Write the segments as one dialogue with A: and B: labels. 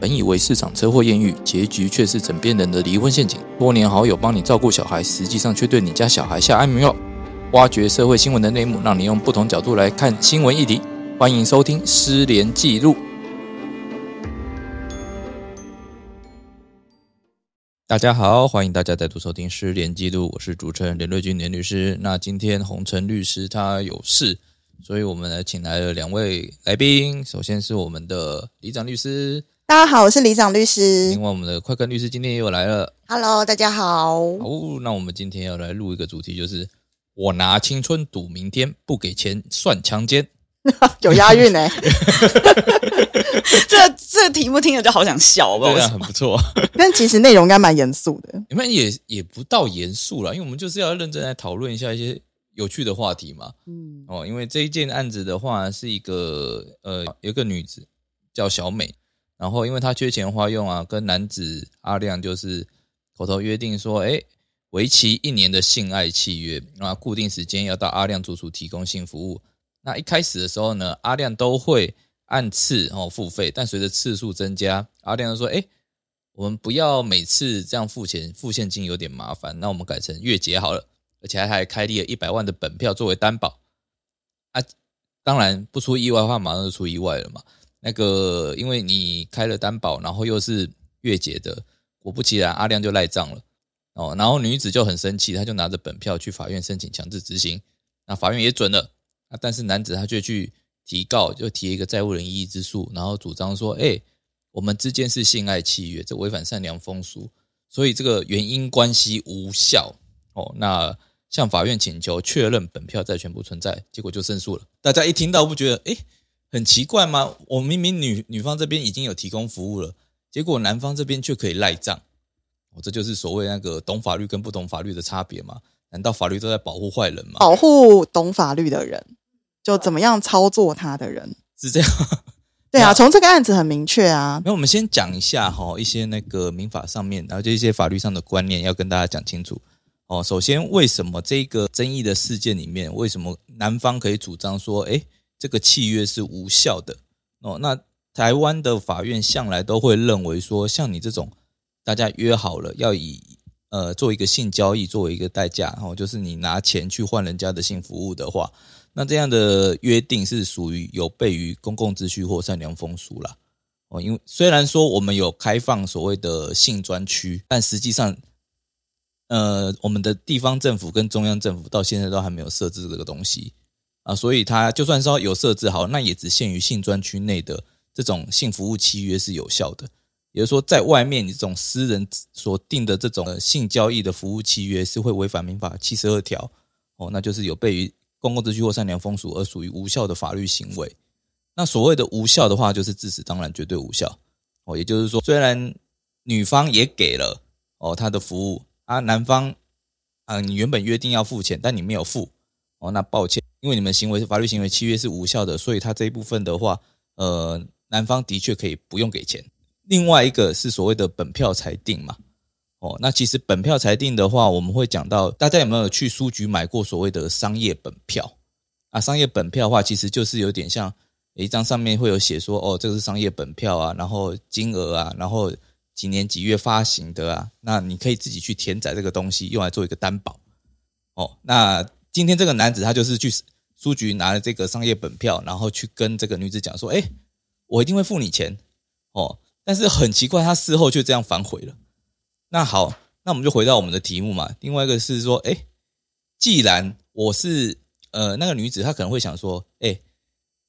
A: 本以为市场车祸艳遇，结局却是枕边人的离婚陷阱。多年好友帮你照顾小孩，实际上却对你家小孩下安眠药。挖掘社会新闻的内幕，让你用不同角度来看新闻议题。欢迎收听《失联记录》。大家好，欢迎大家再度收听《失联记录》，我是主持人连瑞君连律师。那今天洪晨律师他有事，所以我们来请来了两位来宾。首先是我们的李长律师，
B: 大家好，我是李长律师
A: 另。外我们的快跟律师今天也有来了。
B: Hello，大家好。
A: 好，那我们今天要来录一个主题，就是我拿青春赌明天，不给钱算强奸。
B: 有押韵哎、欸，
C: 这这题目听着就好想笑，好不好？
A: 对啊，很不错。
B: 但其实内容应该蛮严肃的。
A: 你们也也不到严肃啦，因为我们就是要认真来讨论一下一些有趣的话题嘛。
B: 嗯，
A: 哦，因为这一件案子的话，是一个呃，有一个女子叫小美，然后因为她缺钱花用啊，跟男子阿亮就是口头约定说，哎，为期一年的性爱契约，那固定时间要到阿亮住处提供性服务。那一开始的时候呢，阿亮都会按次哦付费，但随着次数增加，阿亮就说，哎。我们不要每次这样付钱，付现金有点麻烦，那我们改成月结好了，而且还还开立了一百万的本票作为担保。啊，当然不出意外的话，马上就出意外了嘛。那个，因为你开了担保，然后又是月结的，果不其然，阿亮就赖账了。哦，然后女子就很生气，她就拿着本票去法院申请强制执行，那法院也准了。啊，但是男子他却去提告，就提一个债务人异议之诉，然后主张说，哎、我们之间是性爱契约，这违反善良风俗，所以这个原因关系无效。哦，那向法院请求确认本票债权不存在，结果就胜诉了。大家一听到不觉得诶很奇怪吗？我明明女女方这边已经有提供服务了，结果男方这边却可以赖账。哦，这就是所谓那个懂法律跟不懂法律的差别嘛？难道法律都在保护坏人吗？
B: 保护懂法律的人，就怎么样操作他的人。
A: 是这样。
B: 对
A: 那
B: 啊，从这个案子很明确啊。
A: 那我们先讲一下哈，一些那个民法上面，然后就一些法律上的观念要跟大家讲清楚哦。首先，为什么这个争议的事件里面，为什么男方可以主张说，哎，这个契约是无效的哦？那台湾的法院向来都会认为说，像你这种大家约好了要以呃做一个性交易作为一个代价，哦，就是你拿钱去换人家的性服务的话，那这样的约定是属于有悖于公共秩序或善良风俗啦。哦，因为虽然说我们有开放所谓的性专区，但实际上，呃，我们的地方政府跟中央政府到现在都还没有设置这个东西啊，所以它就算说有设置好，那也只限于性专区内的这种性服务契约是有效的。也就是说，在外面你这种私人所定的这种呃性交易的服务契约是会违反民法七十二条哦，那就是有悖于公共秩序或善良风俗而属于无效的法律行为。那所谓的无效的话，就是致死当然绝对无效哦。也就是说，虽然女方也给了哦她的服务啊，男方啊你原本约定要付钱，但你没有付哦，那抱歉，因为你们行为是法律行为契约是无效的，所以他这一部分的话，呃，男方的确可以不用给钱。另外一个是所谓的本票裁定嘛。哦，那其实本票裁定的话，我们会讲到，大家有没有去书局买过所谓的商业本票？啊，商业本票的话，其实就是有点像有一张上面会有写说，哦，这个是商业本票啊，然后金额啊，然后几年几月发行的啊，那你可以自己去填载这个东西，用来做一个担保。哦，那今天这个男子他就是去书局拿了这个商业本票，然后去跟这个女子讲说，哎，我一定会付你钱。哦，但是很奇怪，他事后却这样反悔了。那好，那我们就回到我们的题目嘛。另外一个是说，哎，既然我是呃那个女子，她可能会想说，哎，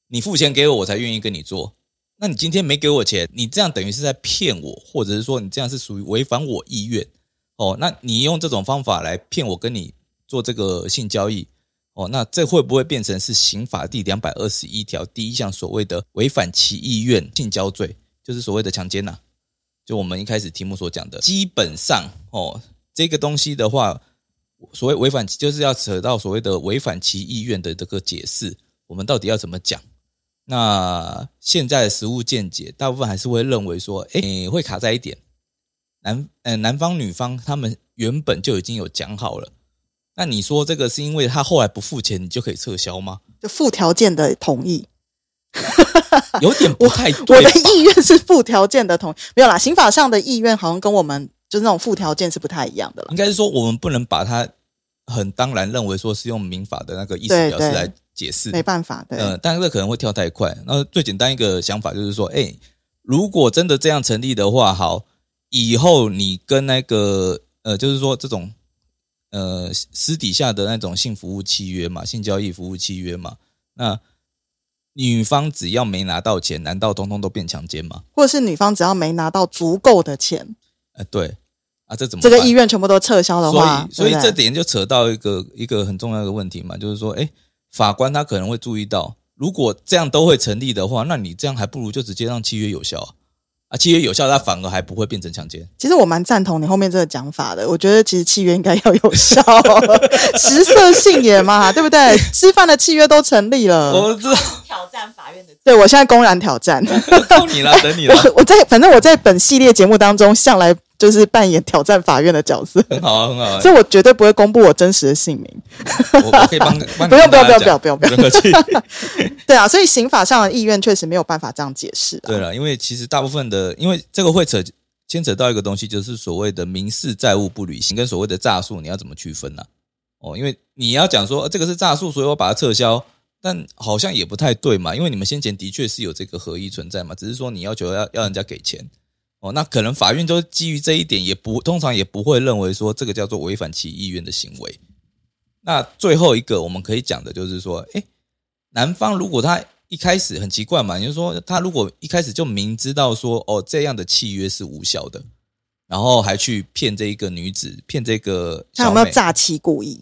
A: 你付钱给我，我才愿意跟你做。那你今天没给我钱，你这样等于是在骗我，或者是说你这样是属于违反我意愿哦。那你用这种方法来骗我跟你做这个性交易哦，那这会不会变成是刑法第两百二十一条第一项所谓的违反其意愿性交罪，就是所谓的强奸呐、就我们一开始题目所讲的，基本上哦，这个东西的话，所谓违反就是要扯到所谓的违反其意愿的这个解释，我们到底要怎么讲？那现在的实物见解，大部分还是会认为说，哎、会卡在一点，男呃男方女方他们原本就已经有讲好了，那 你说这个是因为他后来不付钱，你就可以撤销吗？
B: 就附条件的同意，
A: 有点不太对
B: 我
A: 吧
B: 的意愿是附条件的同意，没有啦，刑法上的意愿好像跟我们就是那种附条件是不太一样的啦。
A: 应该是说我们不能把它很当然认为说是用民法的那个意思
B: 对
A: 表示
B: 对
A: 来解释，
B: 没办法，对，
A: 嗯，但是这可能会跳太快。那最简单一个想法就是说，哎、如果真的这样成立的话，好，以后你跟那个呃，就是说这种呃私底下的那种性服务契约嘛，性交易服务契约嘛，那女方只要没拿到钱，难道通通都变强奸吗？
B: 或者是女方只要没拿到足够的钱，
A: 呃，对啊，这怎么
B: 这个
A: 办
B: 意愿全部都撤销的话，
A: 所以所以
B: 对不
A: 这
B: 对
A: 点就扯到一个一个很重要的问题嘛，就是说，哎，法官他可能会注意到，如果这样都会成立的话，那你这样还不如就直接让契约有效啊，啊契约有效，它反而还不会变成强奸。
B: 其实我蛮赞同你后面这个讲法的，我觉得其实契约应该要有效， 食色性也嘛，对不对？吃饭的契约都成立了，
A: 我知道，
C: 挑战法院的。
B: 对我现在公然挑战，
A: 靠你啦，等你啦，
B: 我我在反正我在本系列节目当中向来就是扮演挑战法院的角 色，
A: 很好啊，很好啊，
B: 所以我绝对不会公布我真实的姓名。
A: 我我可以帮帮你
B: 不用
A: 跟大家
B: 不用不用
A: 讲不用客气。
B: 对啊，所以刑法上的意愿确实没有办法这样解释啊。
A: 对了，因为其实大部分的，因为这个会扯牵扯到一个东西，就是所谓的民事债务不履行跟所谓的诈术，你要怎么区分呢、哦，因为你要讲说、呃这个是诈术，所以我把它撤销，但好像也不太对嘛，因为你们先前的确是有这个合意存在嘛，只是说你要求要要人家给钱。哦，那可能法院就基于这一点，也不通常也不会认为说这个叫做违反其意愿的行为。那最后一个我们可以讲的就是说，诶，男方如果他一开始很奇怪嘛，你就说他如果一开始就明知道说哦这样的契约是无效的，然后还去骗这一个女子，骗这个
B: 他
A: 小
B: 有没有
A: 美
B: 诈欺故意？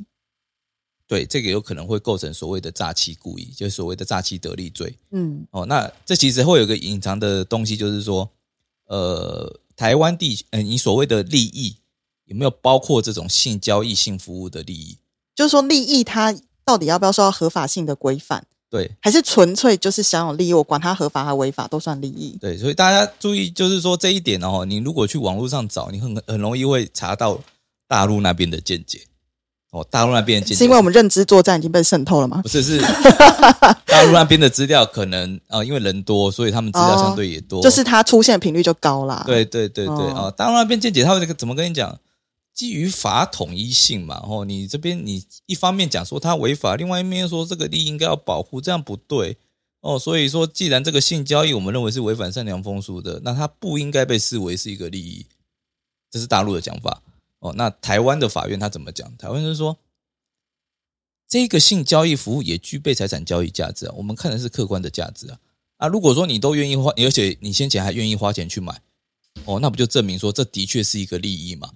A: 对，这个有可能会构成所谓的诈欺故意，就是所谓的诈欺得利罪。
B: 嗯，
A: 哦，那这其实会有一个隐藏的东西，就是说，呃，台湾地区，呃，你所谓的利益有没有包括这种性交易、性服务的利益？
B: 就是说利益它到底要不要受到合法性的规范，
A: 对
B: 还是纯粹就是享有利益？我管它合法还违法都算利益。
A: 对，所以大家注意，就是说这一点哦，你如果去网络上找，你很很容易会查到大陆那边的见解。哦，大陆那边的见解
B: 是因为我们认知作战已经被渗透了吗
A: 不？是 是大陆那边的资料可能呃，因为人多，所以他们资料相对也多，
B: 哦就是它出现频率就高啦。，
A: 对对对对啊、
B: 哦
A: 大陆那边见解他会怎么跟你讲？基于法统一性嘛，哦，你这边你一方面讲说他违法，另外一面又说这个利益应该要保护，这样不对哦。所以说，既然这个性交易我们认为是违反善良风俗的，那它不应该被视为是一个利益，这是大陆的讲法哦。那台湾的法院他怎么讲？台湾就是说，这个性交易服务也具备财产交易价值啊，我们看的是客观的价值啊。啊，如果说你都愿意花，而且你先前还愿意花钱去买。哦，那不就证明说这的确是一个利益嘛？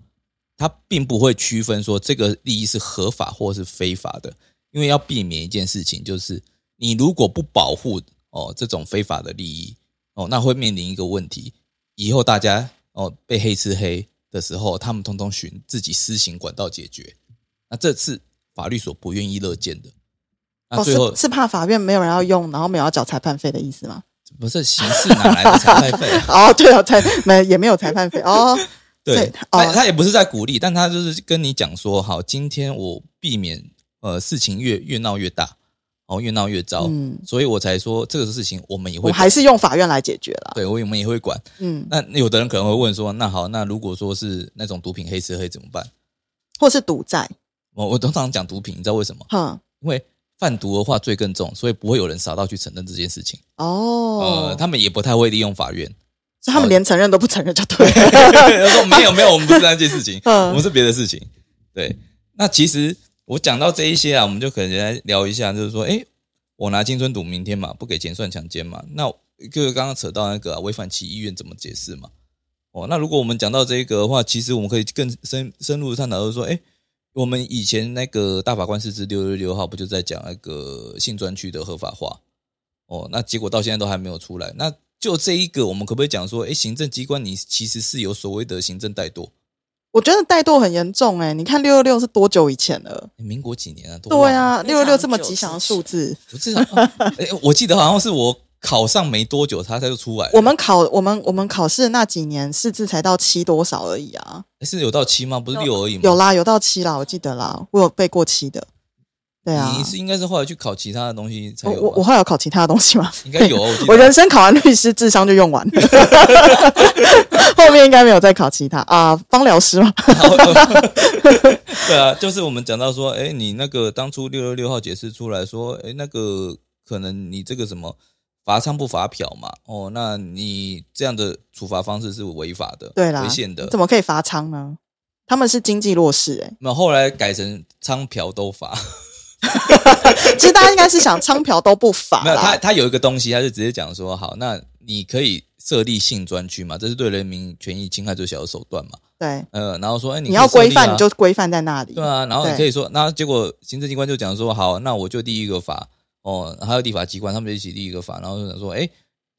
A: 它并不会区分说这个利益是合法或是非法的，因为要避免一件事情，就是你如果不保护哦这种非法的利益哦，那会面临一个问题，以后大家哦被黑吃黑的时候，他们通通寻自己私行管道解决，那这是法律所不愿意乐见的。那
B: 哦，
A: 最后、
B: 是是怕法院没有人要用，然后没有要缴裁判费的意思吗？
A: 不是刑事哪来的裁判费、啊？
B: 哦，对哦，裁 没也没有裁判费哦。所
A: 对
B: 以，
A: 他、
B: 哦
A: 他也不是在鼓励，但他就是跟你讲说，好，今天我避免呃事情越越闹越大，哦，越闹越糟，
B: 嗯
A: 所以我才说这个事情我们也
B: 我
A: 会
B: 们还是用法院来解决啦。
A: 对我们也会管。
B: 嗯，
A: 那有的人可能会问说，那好，那如果说是那种毒品黑吃黑怎么办？
B: 或是赌债，
A: 我我通常讲毒品，你知道为什么？
B: 哼，
A: 因为贩毒的话罪更重，所以不会有人傻到去承认这件事情。
B: 哦，
A: 呃，他们也不太会利用法院，
B: 所以他们连承认都不承认就对了。
A: 他说没有没有，我们不是那件事情，
B: 嗯
A: 呃 我们是别的事情。对，那其实我讲到这一些啊，我们就可能来聊一下，就是说，诶，我拿青春赌明天嘛，不给钱算强奸嘛。那就是刚刚扯到那个啊违、反其意愿怎么解释嘛。哦，那如果我们讲到这个的话，其实我们可以更深深入地探讨，就是说，诶，我们以前那个大法官释字六六六号不就在讲那个性专区的合法化？哦，那结果到现在都还没有出来。那就这一个，我们可不可以讲说，哎，行政机关你其实是有所谓的行政怠惰？
B: 我觉得怠惰很严重哎、你看六六六是多久以前了？
A: 诶民国几年啊？都忘
B: 对
A: 了，
B: 啊，
C: 非
B: 六
C: 常
B: 六六这么
C: 久
B: 吉祥的
C: 之
B: 数字，
A: 我至少， 哎，我记得好像是我考上没多久，他才就出来了。
B: 我们考我们我们考试的那几年识字才到七多少而已啊？
A: 诶是有到七吗？不是六而已吗？
B: 有啦，有到七啦，我记得啦，我有背过七的。对啊，
A: 你是应该是后来去考其他的东西才
B: 我
A: 有
B: 我我
A: 吧？
B: 后来有考其他的东西吗？
A: 应该有哦，我记得
B: 我人生考完律师，智商就用完了，后面应该没有再考其他啊，芳疗师嘛，
A: 对啊，就是我们讲到说，哎，你那个当初六六六号解释出来说，哎，那个可能你这个什么罚仓不罚票嘛，哦，那你这样的处罚方式是违法的，
B: 对啦
A: 违宪的。
B: 怎么可以罚仓呢？他们是经济弱势、欸，
A: 那后来改成仓嫖都罚，
B: 其实大家应该是想仓嫖都不罚
A: 没有他
B: 啦，
A: 他有一个东西，他就直接讲说，好，那你可以设立性专区嘛，这是对人民权益侵害最小的手段嘛，
B: 对，
A: 呃，然后说，哎，
B: 你要规范
A: 你可以设立啊
B: 你就规范在那里，
A: 对啊，然后你
B: 对
A: 可以说，那结果行政机关就讲说，好，那我就第一个罚哦，还有立法机关他们就一起立一个法，然后就讲说，哎，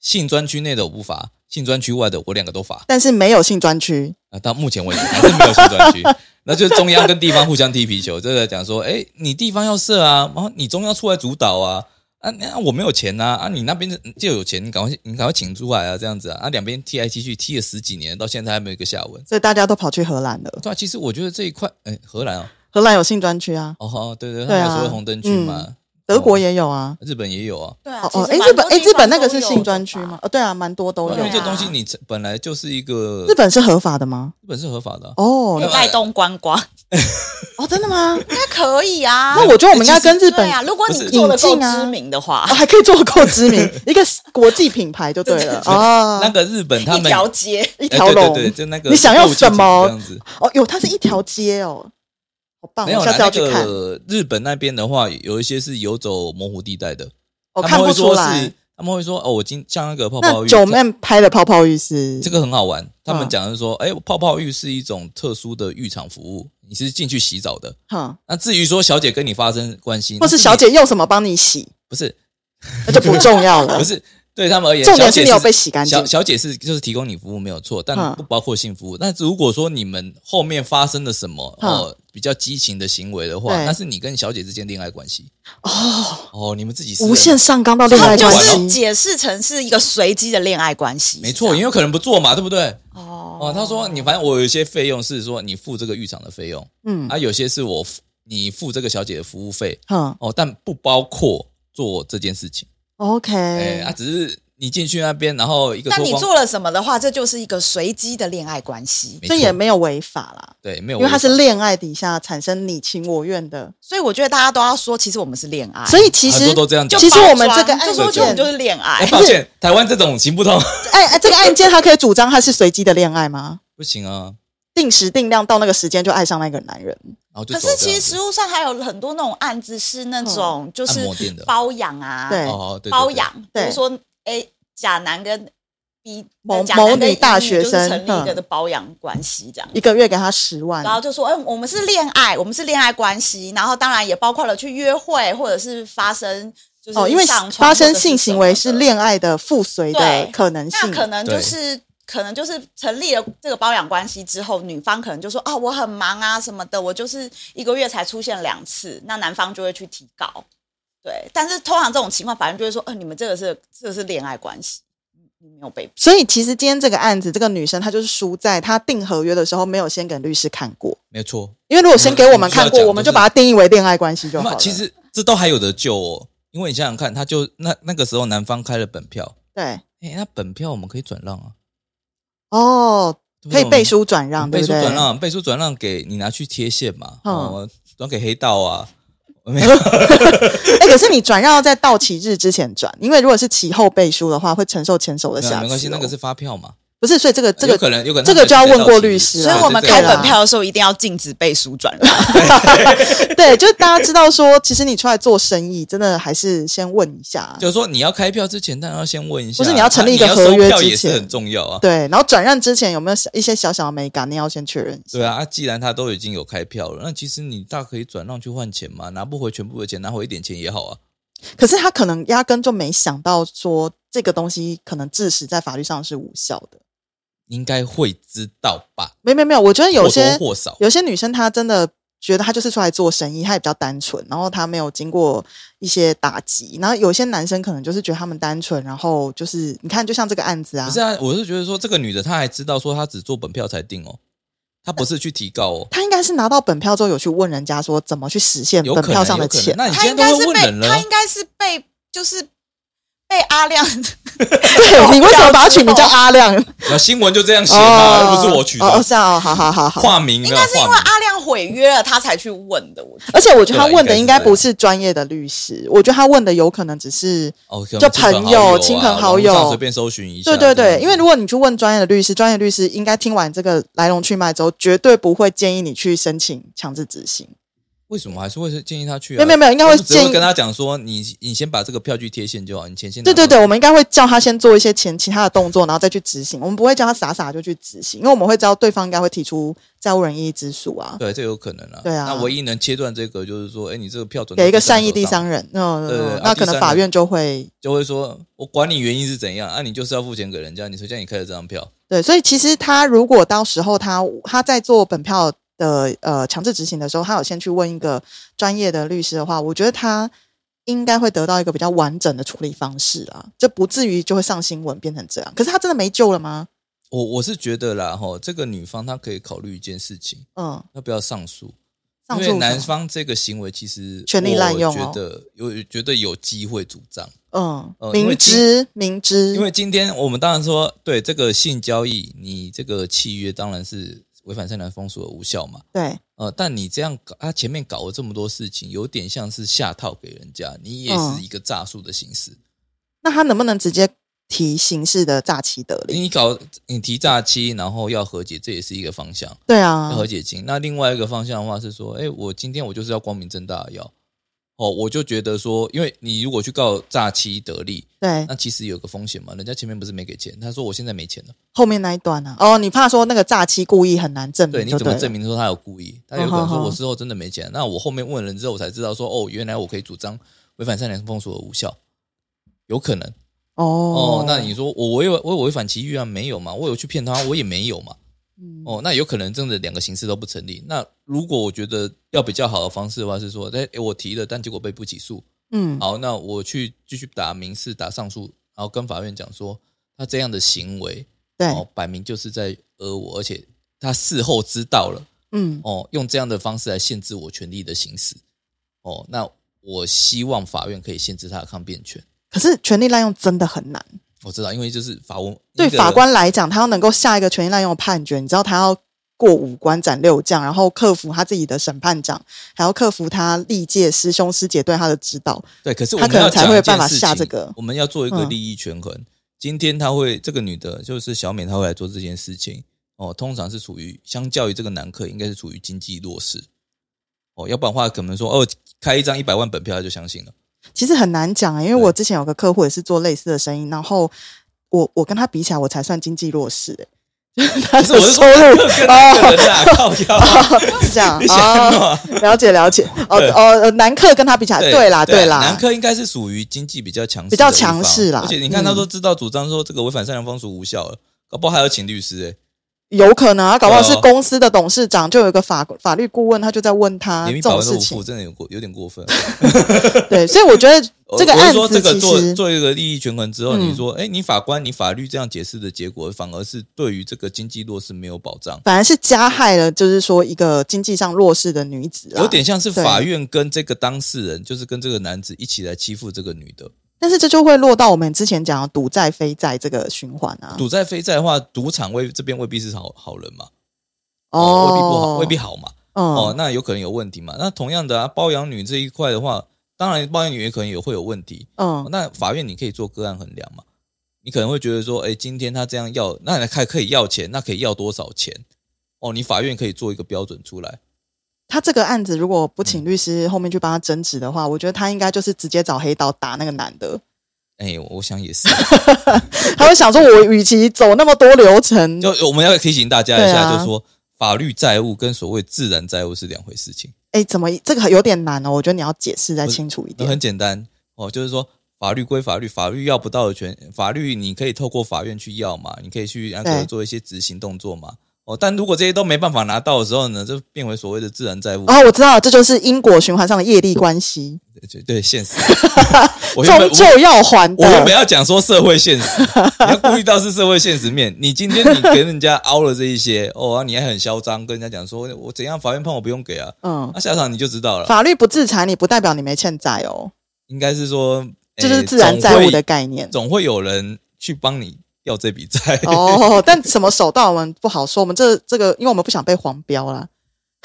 A: 性专区内的我不罚，性专区外的我两个都罚。
B: 但是没有性专区，
A: 啊，到目前为止还是没有性专区，那就是中央跟地方互相踢皮球，这个讲说，哎，你地方要设啊，然后你中央出来主导啊。啊，那、我没有钱呐、啊！啊，你那边的就有钱，你赶快你赶快请出来啊，这样子啊！啊，两边踢来踢去，踢了十几年，到现在还没有一个下文。
B: 所以大家都跑去荷兰了。
A: 对啊，其实我觉得这一块，哎、荷兰哦，
B: 荷兰有性专区啊，
A: 哦哦，对对，
B: 对啊嗯
A: 他们所谓红灯区嘛，
B: 德国也有啊。
A: 日本也有啊，
C: 对啊，
B: 哦
C: 其
B: 哦，
C: 实
B: 哎，
C: 蛮
B: 日本
C: 多
B: 哎，
C: 地
B: 日本
C: 方
B: 那个
C: 都
B: 是
C: 有
B: 性
C: 的
B: 专区
C: 吧
B: 吗？？哦，对啊，蛮多都有
A: 因为
C: 对啊
A: 这
B: 啊。
A: 东西你成本来就是一个
B: 日本是合法的吗？
A: 日本是合法的啊、
B: 哦
C: 有带动观光，
B: 哦，真的吗？
C: 应该可以啊。
B: 那我觉得我们应该跟日本
A: 哎
C: 对啊，如果
A: 不
C: 你
A: 是
C: 做的够
B: 引进啊
C: 知名的话
B: 哦，，还可以做够知名，一个国际品牌就对 了哦
A: 那。个日本他
C: 一
A: 们
C: 条街，
B: 一
A: 哎
B: 条龙，
A: 对对对，就那个
B: 你想要什么
A: 这样子
B: 哦，有它是一条街哦，好棒！
A: 没有
B: 我
A: 啦
B: 下次要去
A: 那
B: 看。
A: 个日本那边的话，有一些是游走模糊地带的，
B: 我
A: 他
B: 哦看
A: 们
B: 不
A: 会
B: 出
A: 说
B: 来
A: 是。他们会说哦，我今像那个泡泡
B: 那
A: 浴，
B: 九
A: 这
B: 妹拍的泡泡浴是
A: 这个很好玩。他们
B: 嗯
A: 讲的是说，哎、泡泡浴是一种特殊的浴场服务，你是进去洗澡的。
B: 哼，
A: 那至于说小姐跟你发生关系，
B: 或是
A: 那
B: 小
A: 你
B: 姐用什么帮你洗，
A: 不是
B: 那就不重要 了
A: 不。是对他们而言，
B: 重点
A: 小姐
B: 是你有被洗干净
A: 小。小姐是就是提供你服务没有错，但
B: 嗯
A: 不包括性服务。那如果说你们后面发生了什么
B: 嗯
A: 哦比较激情的行为的话，
B: 对
A: 那是你跟小姐之间恋爱关系
B: 哦，
A: 哦，你们自己私人
B: 无限上纲到恋
A: 他
B: 爱
A: 们
C: 就
B: 关
C: 是
B: 系。
C: 解释成是一个随机的恋爱关系。
A: 没错，也有可能不做嘛，对不对？
C: 哦
A: 哦，他说你反正我有一些费用是说你付这个浴场的费用，
B: 嗯
A: 啊，有些是我付你付这个小姐的服务费
B: 哼
A: 哦，但不包括做这件事情。哎，
B: ，OK
A: 啊，。只是你进去那边，然后一个
C: 但
A: 脱
C: 你
A: 光，
C: 做了什么的话，这就是一个随机的恋爱关系。
A: 没
B: 这
A: 错
B: 也没有违法啦，
A: 对，没有
B: 因
A: 违
B: 为
A: 法，
B: 它是恋爱底下产生你情我愿的，
C: 所以我觉得大家都要说，其实我们是恋爱。
B: 所以其
A: 很
B: 实
A: 多都这样
C: 就
A: 讲。
B: 其实我们
C: 包
B: 这个
C: 啊装就说
A: 案
C: 就我
A: 件
C: 们就是恋
A: 哎
C: 爱，
A: 抱歉，台湾这种行不通，
B: 哎哎，这个案件他可以主张他是随机的恋爱吗？
A: 不行啊。
B: 定时定量到那个时间就爱上那个男人，
A: 然后就
C: 可
A: 走
C: 是
A: 这
C: 其
A: 样
C: 实
A: 子
C: 实务上还有很多那种案子是那种就是
A: 按摩店的
C: 包养啊，
B: 对
A: 哦，对对对
C: 包养，比
B: 对
C: 如说哎假男跟 B 呃
B: 某
C: 假男
B: 某
C: 跟
B: 女大学
C: 就是
B: 生
C: 成立一个
B: 嗯
C: 的包养关系这样。
B: 一个月给他十万
C: 然，后就说，哎、我们是恋爱，我们是恋爱关系，然后当然也包括了去约会，或者是发生就是
B: 哦，因为
C: 上床
B: 发
C: 或
B: 生
C: 者
B: 性
C: 什
B: 行
C: 么
B: 为
C: 的啊
B: 是恋爱的附随的
C: 对
B: 可能
C: 那
B: 性，
C: 可能就
A: 对
C: 是可能就是成立了这个包养关系之后，女方可能就说啊，我很忙啊什么的，我就是一个月才出现两次，那男方就会去提告。对，但是通常这种情况，法院就会说，呃，你们这个是这个是恋爱关系，你没有被
B: 所以其实今天这个案子，这个女生她就是输在她订合约的时候没有先给律师看过，
A: 没有错。
B: 因为如果先给我们看
A: 嗯我们需要
B: 过，
A: 讲
B: 我们
A: 就
B: 就是把它定义为恋爱关系就好
A: 那
B: 了。
A: 其实这都还有得救哦，因为你想想看，他就那那个时候男方开了本票，
B: 对
A: 哎，那本票我们可以转让啊，
B: 哦，
A: 对不
B: 可
A: 对
B: 以背，书转
A: 我
B: 让，
A: 们背
B: 对
A: 书
B: 不对？
A: 转让，背书转让给你拿去贴现嘛，
B: 嗯
A: 哦，转给黑道啊，没有
B: 哎、可是你转让要在到期日之前转，因为如果是期后背书的话，会承受前手的瑕疵、哦。
A: 啊没关系，那个是发票嘛，
B: 不是？所以这个这
A: 有
B: 个
A: 可能有可能
B: 这个就要问过律
A: 啊
B: 师啊
C: 所
B: 啦
C: 以我们
B: 对对
C: 开
B: 对
C: 本票的时候一定要禁止背书转让。
B: 对，就是大家知道说，其实你出来做生意，真的还是先问一下，
A: 就是说你要开票之前，当然要先问一下，
B: 不是你要成立一个
A: 啊你要收
B: 合约
A: 票
B: 之
A: 也是
B: 前
A: 很重要啊。
B: 对，然后转让之前有没有小一些小小的美感，你要先确认一下。
A: 对啊，啊，既然他都已经有开票了，那其实你大可以转让去换钱嘛，拿不回全部的钱，拿回一点钱也好啊。
B: 可是他可能压根就没想到说这个东西可能致使在法律上是无效的。
A: 应该会知道吧？
B: 没没没有，我觉得有些
A: 或多或少，
B: 有些女生她真的觉得她就是出来做生意，她也比较单纯，然后她没有经过一些打击。然后有些男生可能就是觉得他们单纯，然后就是你看，就像这个案子啊
A: 不是，啊，我是觉得说这个女的她还知道说她只做本票才定哦，她不是去提告哦，
B: 她应该该是拿到本票之后有去问人家说怎么去实现
A: 有
B: 本
A: 可
B: 票
A: 能
B: 上的
A: 有可能
B: 钱，
A: 那你今
C: 他
A: 天
C: 应
A: 都
C: 该
A: 会
C: 是
A: 问人
C: 被他
A: 了啊
C: 应，该是被就是被阿亮
B: 对你为什么把它取名叫阿亮？
A: 那新闻就这样写嘛，又
B: 哦，
A: 不是我取
B: 哦，哦
A: 的，
B: 是啊，哦好好好好。
A: 化名
C: 应
A: 没有
C: 该是因
A: 化
C: 为
A: 名。
B: 啊
C: 阿亮毁约了，他才去问的。我觉得
B: 而且我觉得他
A: 对啊
B: 问的
A: 应
B: 应
A: 该是
B: 该不是专业的律师，我觉得他问的有可能只是
A: 哦，可能
B: 就
A: 亲朋
B: 朋
A: 友
B: 友
A: 啊
B: 亲朋
A: 网
B: 好
A: 络上
B: 友
A: 随便搜寻一下。
B: 对对
A: 这样
B: 对，
A: 子
B: 因为如果你去问专业的律师，专业律师应该听完这个来龙去脉之后，绝对不会建议你去申请强制执行。
A: 为什么还是会建议他去啊？
B: 没有没有没有应该会
A: 我们只
B: 建
A: 会
B: 议
A: 跟他讲说，你你先把这个票据贴现就好，你钱先拿
B: 对对
A: 过
B: 对，
A: 来
B: 我们应该会叫他先做一些前其他的动作，然后再去执行。我们不会叫他傻傻就去执行，因为我们会知道对方应该会提出债务人异议之诉啊，
A: 对，这有可能啊。
B: 对啊
A: 那唯一能切断这个就是说，哎，你这个票转到
B: 给一个
A: 第三
B: 善意
A: 手
B: 第
A: 上
B: 三人，嗯，
A: 对对对
B: 嗯
A: 啊
B: 那可
A: 第三
B: 能
A: 人
B: 法院就会
A: 就会说，我管你原因是怎样，啊，你就是要付钱给人家，你谁叫你开了这张票？
B: 对，所以其实他如果到时候他他在做本票的呃强制执行的时候，他有先去问一个专业的律师的话，我觉得他应该会得到一个比较完整的处理方式啊，就不至于就会上新闻变成这样。可是他真的没救了吗？
A: 我我是觉得啦，哈，这个女方她可以考虑一件事情，
B: 嗯，
A: 要不要上诉？
B: 上
A: 因为
B: 诉
A: 男
B: 什么
A: 方这个行为其实
B: 权力滥用
A: 我觉
B: 哦
A: 得有觉得有机会主张，
B: 嗯
A: 呃，因为
B: 明
A: 今
B: 知明知，
A: 因为今天我们当然说，对这个性交易，你这个契约当然是违反善良风俗而无效嘛。
B: 对
A: 呃，但你这样搞，他前面搞了这么多事情，有点像是下套给人家，你也
B: 嗯
A: 是一个诈术的形式。
B: 那他能不能直接提刑事的诈欺得利？
A: 你搞你提诈欺，然后要和解，这也是一个方向，
B: 对
A: 要
B: 啊，
A: 和解金。那另外一个方向的话是说，哎，我今天我就是要光明正大的要，哦，我就觉得说，因为你如果去告诈欺得利，
B: 对
A: 那其实有个风险嘛，人家前面不是没给钱，他说我现在没钱了，
B: 后面那一段啊，哦，你怕说那个诈欺故意很难证
A: 对，
B: 明，
A: 你
B: 嗯就
A: 怎么
B: 对了
A: 证明说他有故意？他有可能
B: 嗯
A: 说
B: 哼
A: 我
B: 哼
A: 事后真的没钱，那我后面问人之后，我才知道说，哦，原来我可以主张违反善良风俗而无效，有可能。
B: 哦
A: 哦，那你说我我有我有违反其约啊？没有嘛？我有去骗他，我也没有嘛。
B: 嗯
A: 哦，那有可能真的两个形式都不成立。那如果我觉得要比较好的方式的话，是说，哎、诶我提了，但结果被不起诉，
B: 嗯
A: 好，那我去继续打民事、打上诉，然后跟法院讲说，他这样的行为，
B: 对
A: 哦，摆明就是在讹我，而且他事后知道了，
B: 嗯
A: 哦，用这样的方式来限制我权利的行使，哦，那我希望法院可以限制他的抗辩权。
B: 可是权力滥用真的很难。
A: 我知道，因为就是法文
B: 对
A: 一个
B: 法官来讲，他要能够下一个权力滥用的判决，你知道他要过五关斩六将，然后克服他自己的审判长，还要克服他历届师兄师姐对他的指导。
A: 对，可是我
B: 他
A: 们
B: 可能
A: 要
B: 才
A: 讲
B: 会
A: 一
B: 有
A: 件
B: 办法
A: 事
B: 下
A: 情
B: 这个
A: 我们要做一个
B: 嗯
A: 利益权衡。今天他会这个女的，就是小美，她会来做这件事情哦。通常是处于相较于这个男客，应该是处于经济弱势哦，要不然的话可能说哦，开一张一百万本票他就相信了。
B: 其实很难讲、欸因为我之前有个客户也是做类似的生意，然后我我跟他比起来，我才算经济弱势、欸。 他
A: 可是我
B: 的
A: 是
B: 收
A: 说
B: 入
A: 这个
B: 哦，
A: 人呐，靠腰，啊
B: 是这 样
A: 你想
B: 哦，
A: 嘛？
B: 了解了解哦
A: 对
B: 哦，呃男客跟他比起来，对啦对啦，
A: 啊南科应该是属于经济比较强势的
B: 比较强势啦
A: 一方而且你看，他
B: 嗯
A: 都知道主张说这个违反善良风俗无效了，搞不好还要请律师哎、
B: 有可能啊，搞不好
A: 对
B: 是
A: 啊
B: 公司的董事长，就有一个法法律顾问，他就在问
A: 连
B: 他啊这
A: 一百
B: 种
A: 万都
B: 事
A: 不
B: 情
A: 付，。真的有过有点过分。
B: 对，所以我觉得
A: 我
B: 这个
A: 我是
B: 案
A: 说这
B: 子
A: 个
B: 其
A: 做
B: 实
A: 做一个利益权衡之后，
B: 嗯
A: 你说，哎，你法官、你法律这样解释的结果，反而是对于这个经济弱势没有保障，
B: 反而是加害了，就是说一个经济上弱势的女子啦。
A: 有点像是
B: 啊对
A: 法院跟这个当事人，就是跟这个男子一起来欺负这个女的。
B: 但是这就会落到我们之前讲的赌债非债这个循环啊。
A: 赌债非债的话，赌场未这边未必是好好人嘛，未必不好，
B: 哦，
A: 未必好嘛，哦，
B: 嗯，
A: 那有可能有问题嘛。那同样的啊，包养女这一块的话，当然包养女也可能也会有问题，哦
B: 嗯，
A: 那法院你可以做个案衡量嘛？你可能会觉得说，哎，今天他这样要，那还可以要钱，那可以要多少钱？哦，你法院可以做一个标准出来。
B: 他这个案子如果不
A: 嗯
B: 请律师后面去帮他争执的话，我觉得他应该就是直接找黑道打那个男的。
A: 哎，我我想也 是。
B: 他会想说，我与其走那么多流程，
A: 就我们要提醒大家一
B: 对
A: 下，
B: 啊
A: 就说法律债务跟所谓自然债务是两回事情。
B: 哎，怎么这个有点难哦？我觉得你要解释再清楚一
A: 那
B: 点。
A: 很简单哦，就是说法律归法律，法律要不到的权，法律你可以透过法院去要嘛，你可以去那个
B: 对
A: 做一些执行动作嘛。哦，但如果这些都没办法拿到的时候呢，就变为所谓的自然债务。
B: 然哦后我知道，这就是因果循环上的业力关系，
A: 对对，现 实。我原本
B: 终究要还
A: 我原本
B: 的。
A: 要讲说社会现实，你要顾虑到是社会现实面。你今天你跟人家凹了这一些，哦，啊你还很嚣张，跟人家讲说我怎样，法院判我不用给啊，
B: 嗯
A: 那、，下场你就知道了。
B: 法律不制裁你，不代表你没欠债哦，
A: 应该是说，
B: 这
A: 诶
B: 就是自然债务的概念。
A: 哎总会，总会有人去帮你要这笔债。
B: 哦， 但什么手段我们不好说，我们这这个，因为我们不想被黄标啦，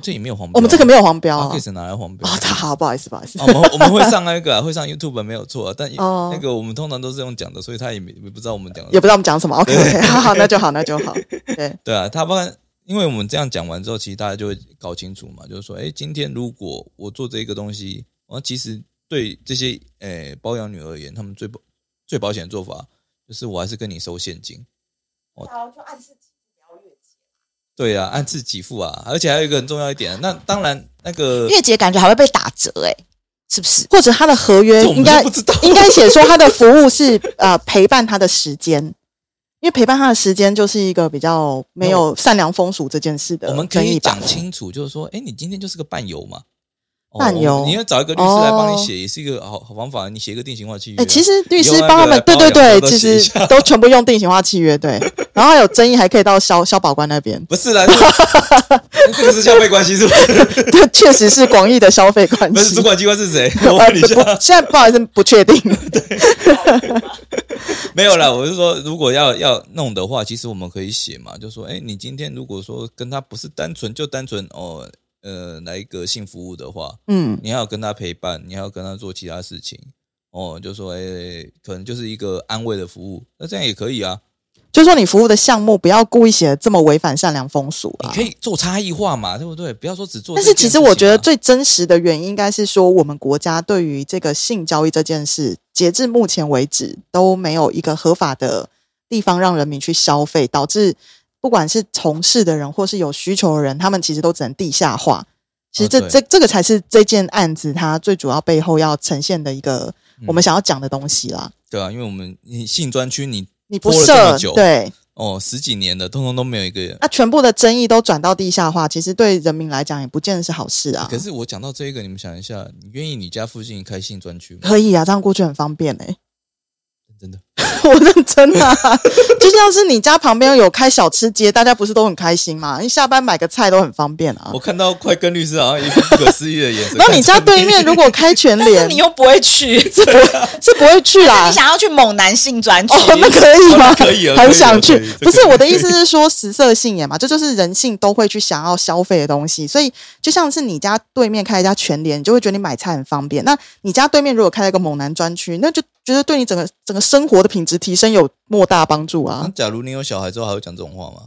A: 这里没有黄标，
B: 我们这个没有黄标
A: 有
B: 啊
A: 可以。是拿来黄标
B: 哦，。好，不好意思，不好意思
A: 啊。我们我们会上那个啊、会 上 YouTube 没有错啊，但
B: 哦
A: 那个我们通常都是用讲的，所以他也没也不知道我们讲的
B: 也不知道我们讲什么，OK，好好，那就好，那就好。对，
A: 对啊，他不然，因为我们这样讲完之后，其实大家就会搞清楚嘛，就是说，哎，今天如果我做这个东西，我其实对这些诶包养女而言，他们最保最保险的做法就是我还是跟你收现金，
C: 然啊后就暗示不要越级。
A: 对啊，按次给付啊，而且还有一个很重要一点，啊那当然那个
C: 月结感觉还会被打折哎、是不是？
B: 或者他的合约
A: 这我
B: 应
A: 们
B: 该
A: 都不知道，
B: 应该写说他的服务是呃陪伴他的时间，因为陪伴他的时间就是一个比较没有善良风俗这件事的
A: 我们可
B: 争
A: 以
B: 议吧
A: 讲。清楚，就是说，哎，你今天就是个伴游嘛。哦
B: 伴游
A: 我们你要找一个律师来帮你
B: 哦
A: 写，也是一个好好方法。你写一个定型化契约啊。啊
B: 哎、其实律师
A: 以后
B: 帮他
A: 那
B: 们，
A: 个
B: 对
A: 包养
B: 对对，
A: 都
B: 其
A: 写一
B: 实
A: 下
B: 都全部用定型化契约，对。然后还有争议还可以到消消保官那边，
A: 不是啦，这个 这个是消费关系，是不是？
B: 这确实是广义的消费 关
A: 不是
B: 系
A: 主。管机关是 谁？我问你一
B: 呃
A: 下
B: 不。现在不好意思，不确定。
A: 没有啦，我是说，如果要要弄的话，其实我们可以写嘛，就说，哎，你今天如果说跟他不是单纯就单纯哦，呃，来一个性服务的话，
B: 嗯，
A: 你还要跟他陪伴，你还要跟他做其他事情，哦，就说，哎，可能就是一个安慰的服务，那这样也可以啊，
B: 就说你服务的项目不要故意写得这么违反善良风俗
A: 你
B: 啊。
A: 可以做差异化嘛，对不对？不要说只做这
B: 但
A: 件
B: 是
A: 事情啊
B: 其
A: 嘛。
B: 实我觉得最真实的原因应该是说，我们国家对于这个性交易这件事，截至目前为止都没有一个合法的地方让人民去消费，导致不管是从事的人或是有需求的人，他们其实都只能地下化。其实这、
A: 哦对
B: 这这个才是这件案子它最主要背后要呈现的一个
A: 嗯
B: 我们想要讲的东西啦。
A: 对啊，因为我们你性专区你
B: 你不
A: 拖了这么
B: 设
A: 久
B: 对，
A: 哦十几年的，通通都没有一个
B: 那全部的争议都转到地下化，其实对人民来讲也不见得是好事啊。
A: 可是我讲到这一个，你们想一下，你愿意你家附近开性专区吗？
B: 可以啊，这样过去很方便哎、
A: 真的，
B: 我认真的、啊，就像是你家旁边有开小吃街，大家不是都很开心嘛？你下班买个菜都很方便啊
A: 我。看到快跟律师好 像一副不可思议的眼神。
B: 然后你家对面如果开全
C: 但是
B: 联
C: 你，又不会 去，
B: 是不 是不会去啦
C: 你。想要去猛男性专区、
B: 哦，那可以吗？
A: 啊哦那 可以啊
B: 很想
A: 可以
B: 去
A: 啊可以。
B: 不是
A: 这可以
B: 我的意思是说，食色性也嘛，这就是人性都会去想要消费的东西。所以就像是你家对面开一家全联，你就会觉得你买菜很方便。那你家对面如果开了一个猛男专区，那就觉得对你整个整个生活的品质提升有莫大帮助啊。
A: 那嗯假如你有小孩之后，还会讲这种话吗？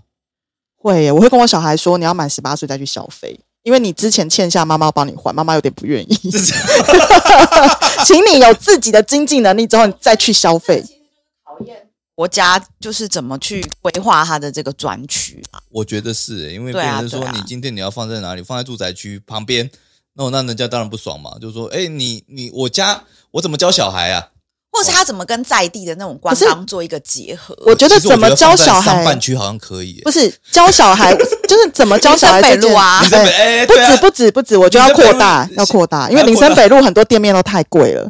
B: 会耶，我会跟我小孩说，你要满十八岁再去消费，因为你之前欠下妈妈帮你还，妈妈有点 不愿意，请你有自己的经济能力之后，你再去消费。
C: 国家就是怎么去规划它的这个专区啊？
A: 我觉得是、欸因为别
C: 对啊
A: 人说、
C: 对啊
A: 你今天你要放在哪里，放在住宅区旁边，那我那人家当然不爽嘛，就说哎、你你我家我怎么教小孩啊？
C: 或是他怎么跟在地的那种观光做一个结合？
B: 我觉得
A: 其实我
B: 怎么教小
A: 放在上
B: 孩
A: 半，区好像可以、欸
B: 不是教小孩，就是怎么教小孩这
C: 林森北
B: 件
C: 路啊
A: 你这边哎，
B: 不
A: 对啊
B: 止，不止不止，我觉得要扩大
A: 林森北，路
B: 要扩大，因为
A: 要扩
B: 林
A: 大
B: 森北路很多店面都太贵了。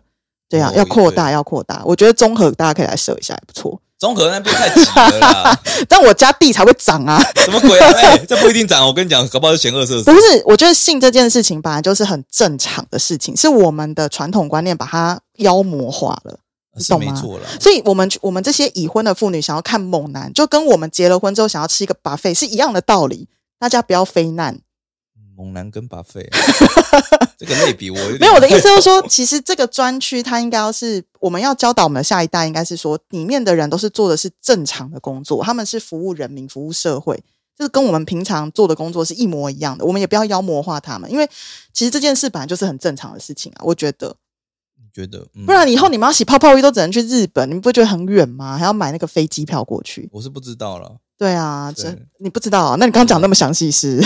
B: 对啊
A: 哦，
B: 要扩大，要扩大。我觉得综合大家可以来设一下，也不错。
A: 综合那边太挤了啦，
B: 但我家地才会涨啊，
A: 什么鬼啊？哎、这不一定涨，我跟你讲，搞不好是险恶设施
B: 不。是，我觉得性这件事情本来就是很正常的事情，是我们的传统观念把它妖魔化了。你
A: 是
B: 懂啊
A: 没
B: 吗
A: 错啦，
B: 所以，我们我们这些已婚的妇女想要看猛男，就跟我们结了婚之后想要吃一个 buffet 是一样的道理。大家不要非难。
A: 猛男跟巴菲，这个类比我有点
B: 没有，我的意思就是说，其实这个专区它应该要是我们要教导我们的下一代，应该是说里面的人都是做的是正常的工作，他们是服务人民、服务社会，就是跟我们平常做的工作是一模一样的。我们也不要妖魔化他们，因为其实这件事本来就是很正常的事情啊，我觉得。
A: 觉得，嗯
B: 不然以后你们要洗泡泡浴都只能去日本，你们不觉得很远吗？还要买那个飞机票过去？
A: 我是不知道了。
B: 对啊，
A: 对
B: 这你不知道、啊，那你刚刚讲那么详细是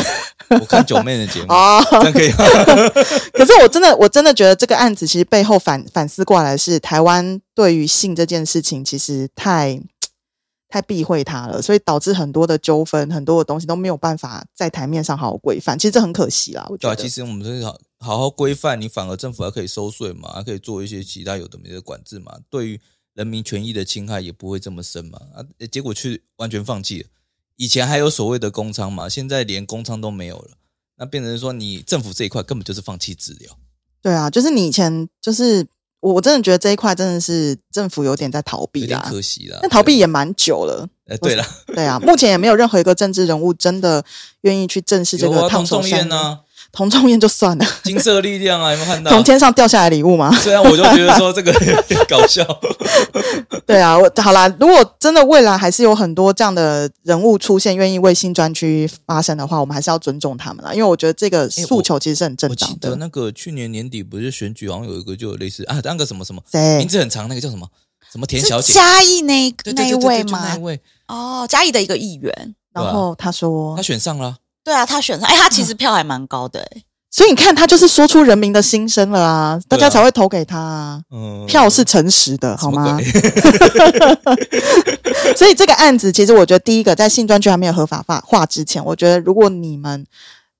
A: 我看九妹的 节目，
B: 啊？
A: 这样可以吗？
B: 可是我真的，我真的觉得这个案子其实背后反反思过来是，台湾对于性这件事情其实太太避讳它了，所以导致很多的纠纷，很多的东西都没有办法在台面上好好规范。其实这很可惜啦，我觉
A: 对啊，
B: 得。
A: 其实我们是好好好规范，你反而政府还可以收税嘛，还可以做一些其他有的没的管制嘛，对于人民权益的侵害也不会这么深嘛。啊，诶结果却完全放弃了。以前还有所谓的公仓嘛，现在连公仓都没有了，那变成说你政府这一块根本就是放弃治疗。
B: 对啊，就是你以前就是我，我真的觉得这一块真的是政府有点在逃
A: 有
B: 避
A: 点
B: 啦，
A: 可惜啦。
B: 但逃避也蛮久了。
A: 哎，对了，
B: 对啊，目前也没有任何一个政治人物真的愿意去正视这
A: 有
B: 个
A: 啊，
B: 烫
A: 同
B: 手
A: 众
B: 山
A: 宴
B: 芋。
A: 啊，
B: 同众宴就算了，
A: 金色力量啊，有没有看到？
B: 从天上掉下来礼物吗？
A: 虽然我就觉得说这个 搞 笑，
B: 对啊，我好啦，如果真的未来还是有很多这样的人物出现，愿意为新专区发声的话，我们还是要尊重他们啦，因为我觉得这个诉求其实是很正
A: 我记
B: 当
A: 得
B: 的。
A: 那个去年年底不是选举，好像有一个就有类似啊，那个什么什么
B: 谁
A: 名？字很长，那个叫什么什么田
C: 是
A: 小姐，
C: 嘉义那
A: 对
C: 那
A: 对
C: 一
A: 对对
C: 位
A: 对，就那一
C: 吗？
A: 位，
C: 哦，嘉义的一个议员。
A: 啊
B: 然后他说
A: 她，选上了啊，
C: 对啊，他选上，哎，他其实
A: 嗯
C: 票还蛮高的、哎
B: 所以你看，他就是说出人民的心声了啊，大
A: 对
B: 家
A: 啊
B: 才会投给他、啊。
A: 嗯，
B: 票是诚实的，
A: 什
B: 好
A: 么
B: 吗
A: 鬼？？
B: 所以这个案子，其实我觉得第一个，在性专区还没有合法化化之前，我觉得如果你们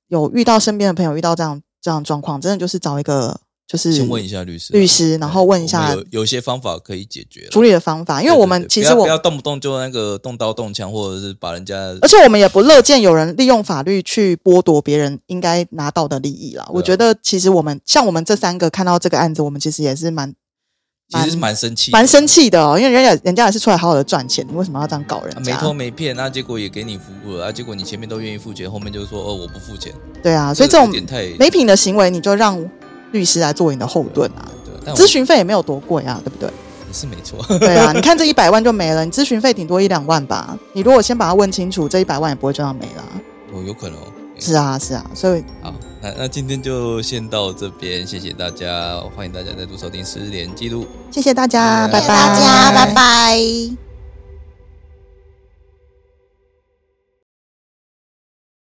B: 有遇到身边的朋友遇到这样这样的状况，真的就是找一个就是
A: 先问一下律师啊，
B: 律师，然后问一
A: 我
B: 下
A: 们有有些方法可以解决啦，
B: 处理的方法，因为
A: 对
B: 我
A: 对
B: 们
A: 对
B: 其
A: 不
B: 实
A: 要
B: 我
A: 不要动不动就那个动刀动枪，或者是把人家，
B: 而且我们也不乐见有人利用法律去剥夺别人应该拿到的利益啦。我
A: 啊
B: 觉得其实我们像我们这三个看到这个案子，我们其实也是蛮
A: 其实是蛮生气的，
B: 蛮生气的哦，因为人家人家也是出来好好的赚钱，你为什么要这样搞
A: 啊
B: 人
A: 没
B: 家？
A: 偷没骗，那结果也给你服务了，啊，结果你前面都愿意付钱，后面就是说哦我不付钱，
B: 对啊，所以这
A: 有
B: 种
A: 点太
B: 没品的行为，你就让律师来做你的后盾啊。
A: 对，但我
B: 咨询费也没有多贵啊，对 不对？
A: 也是没错，
B: 对啊，你看这一百万就没了，你咨询费顶多一两万吧。你如果先把它问清楚，这一百万也不会就要没了啊。
A: 我有可能哦。哎
B: 是啊，是啊，所以
A: 好，那那今天就先到这边，谢谢大家，欢迎大家再度收听《失联记录》。
B: 谢谢大家，
A: 谢谢
B: 拜拜，
C: 谢谢大家，拜拜。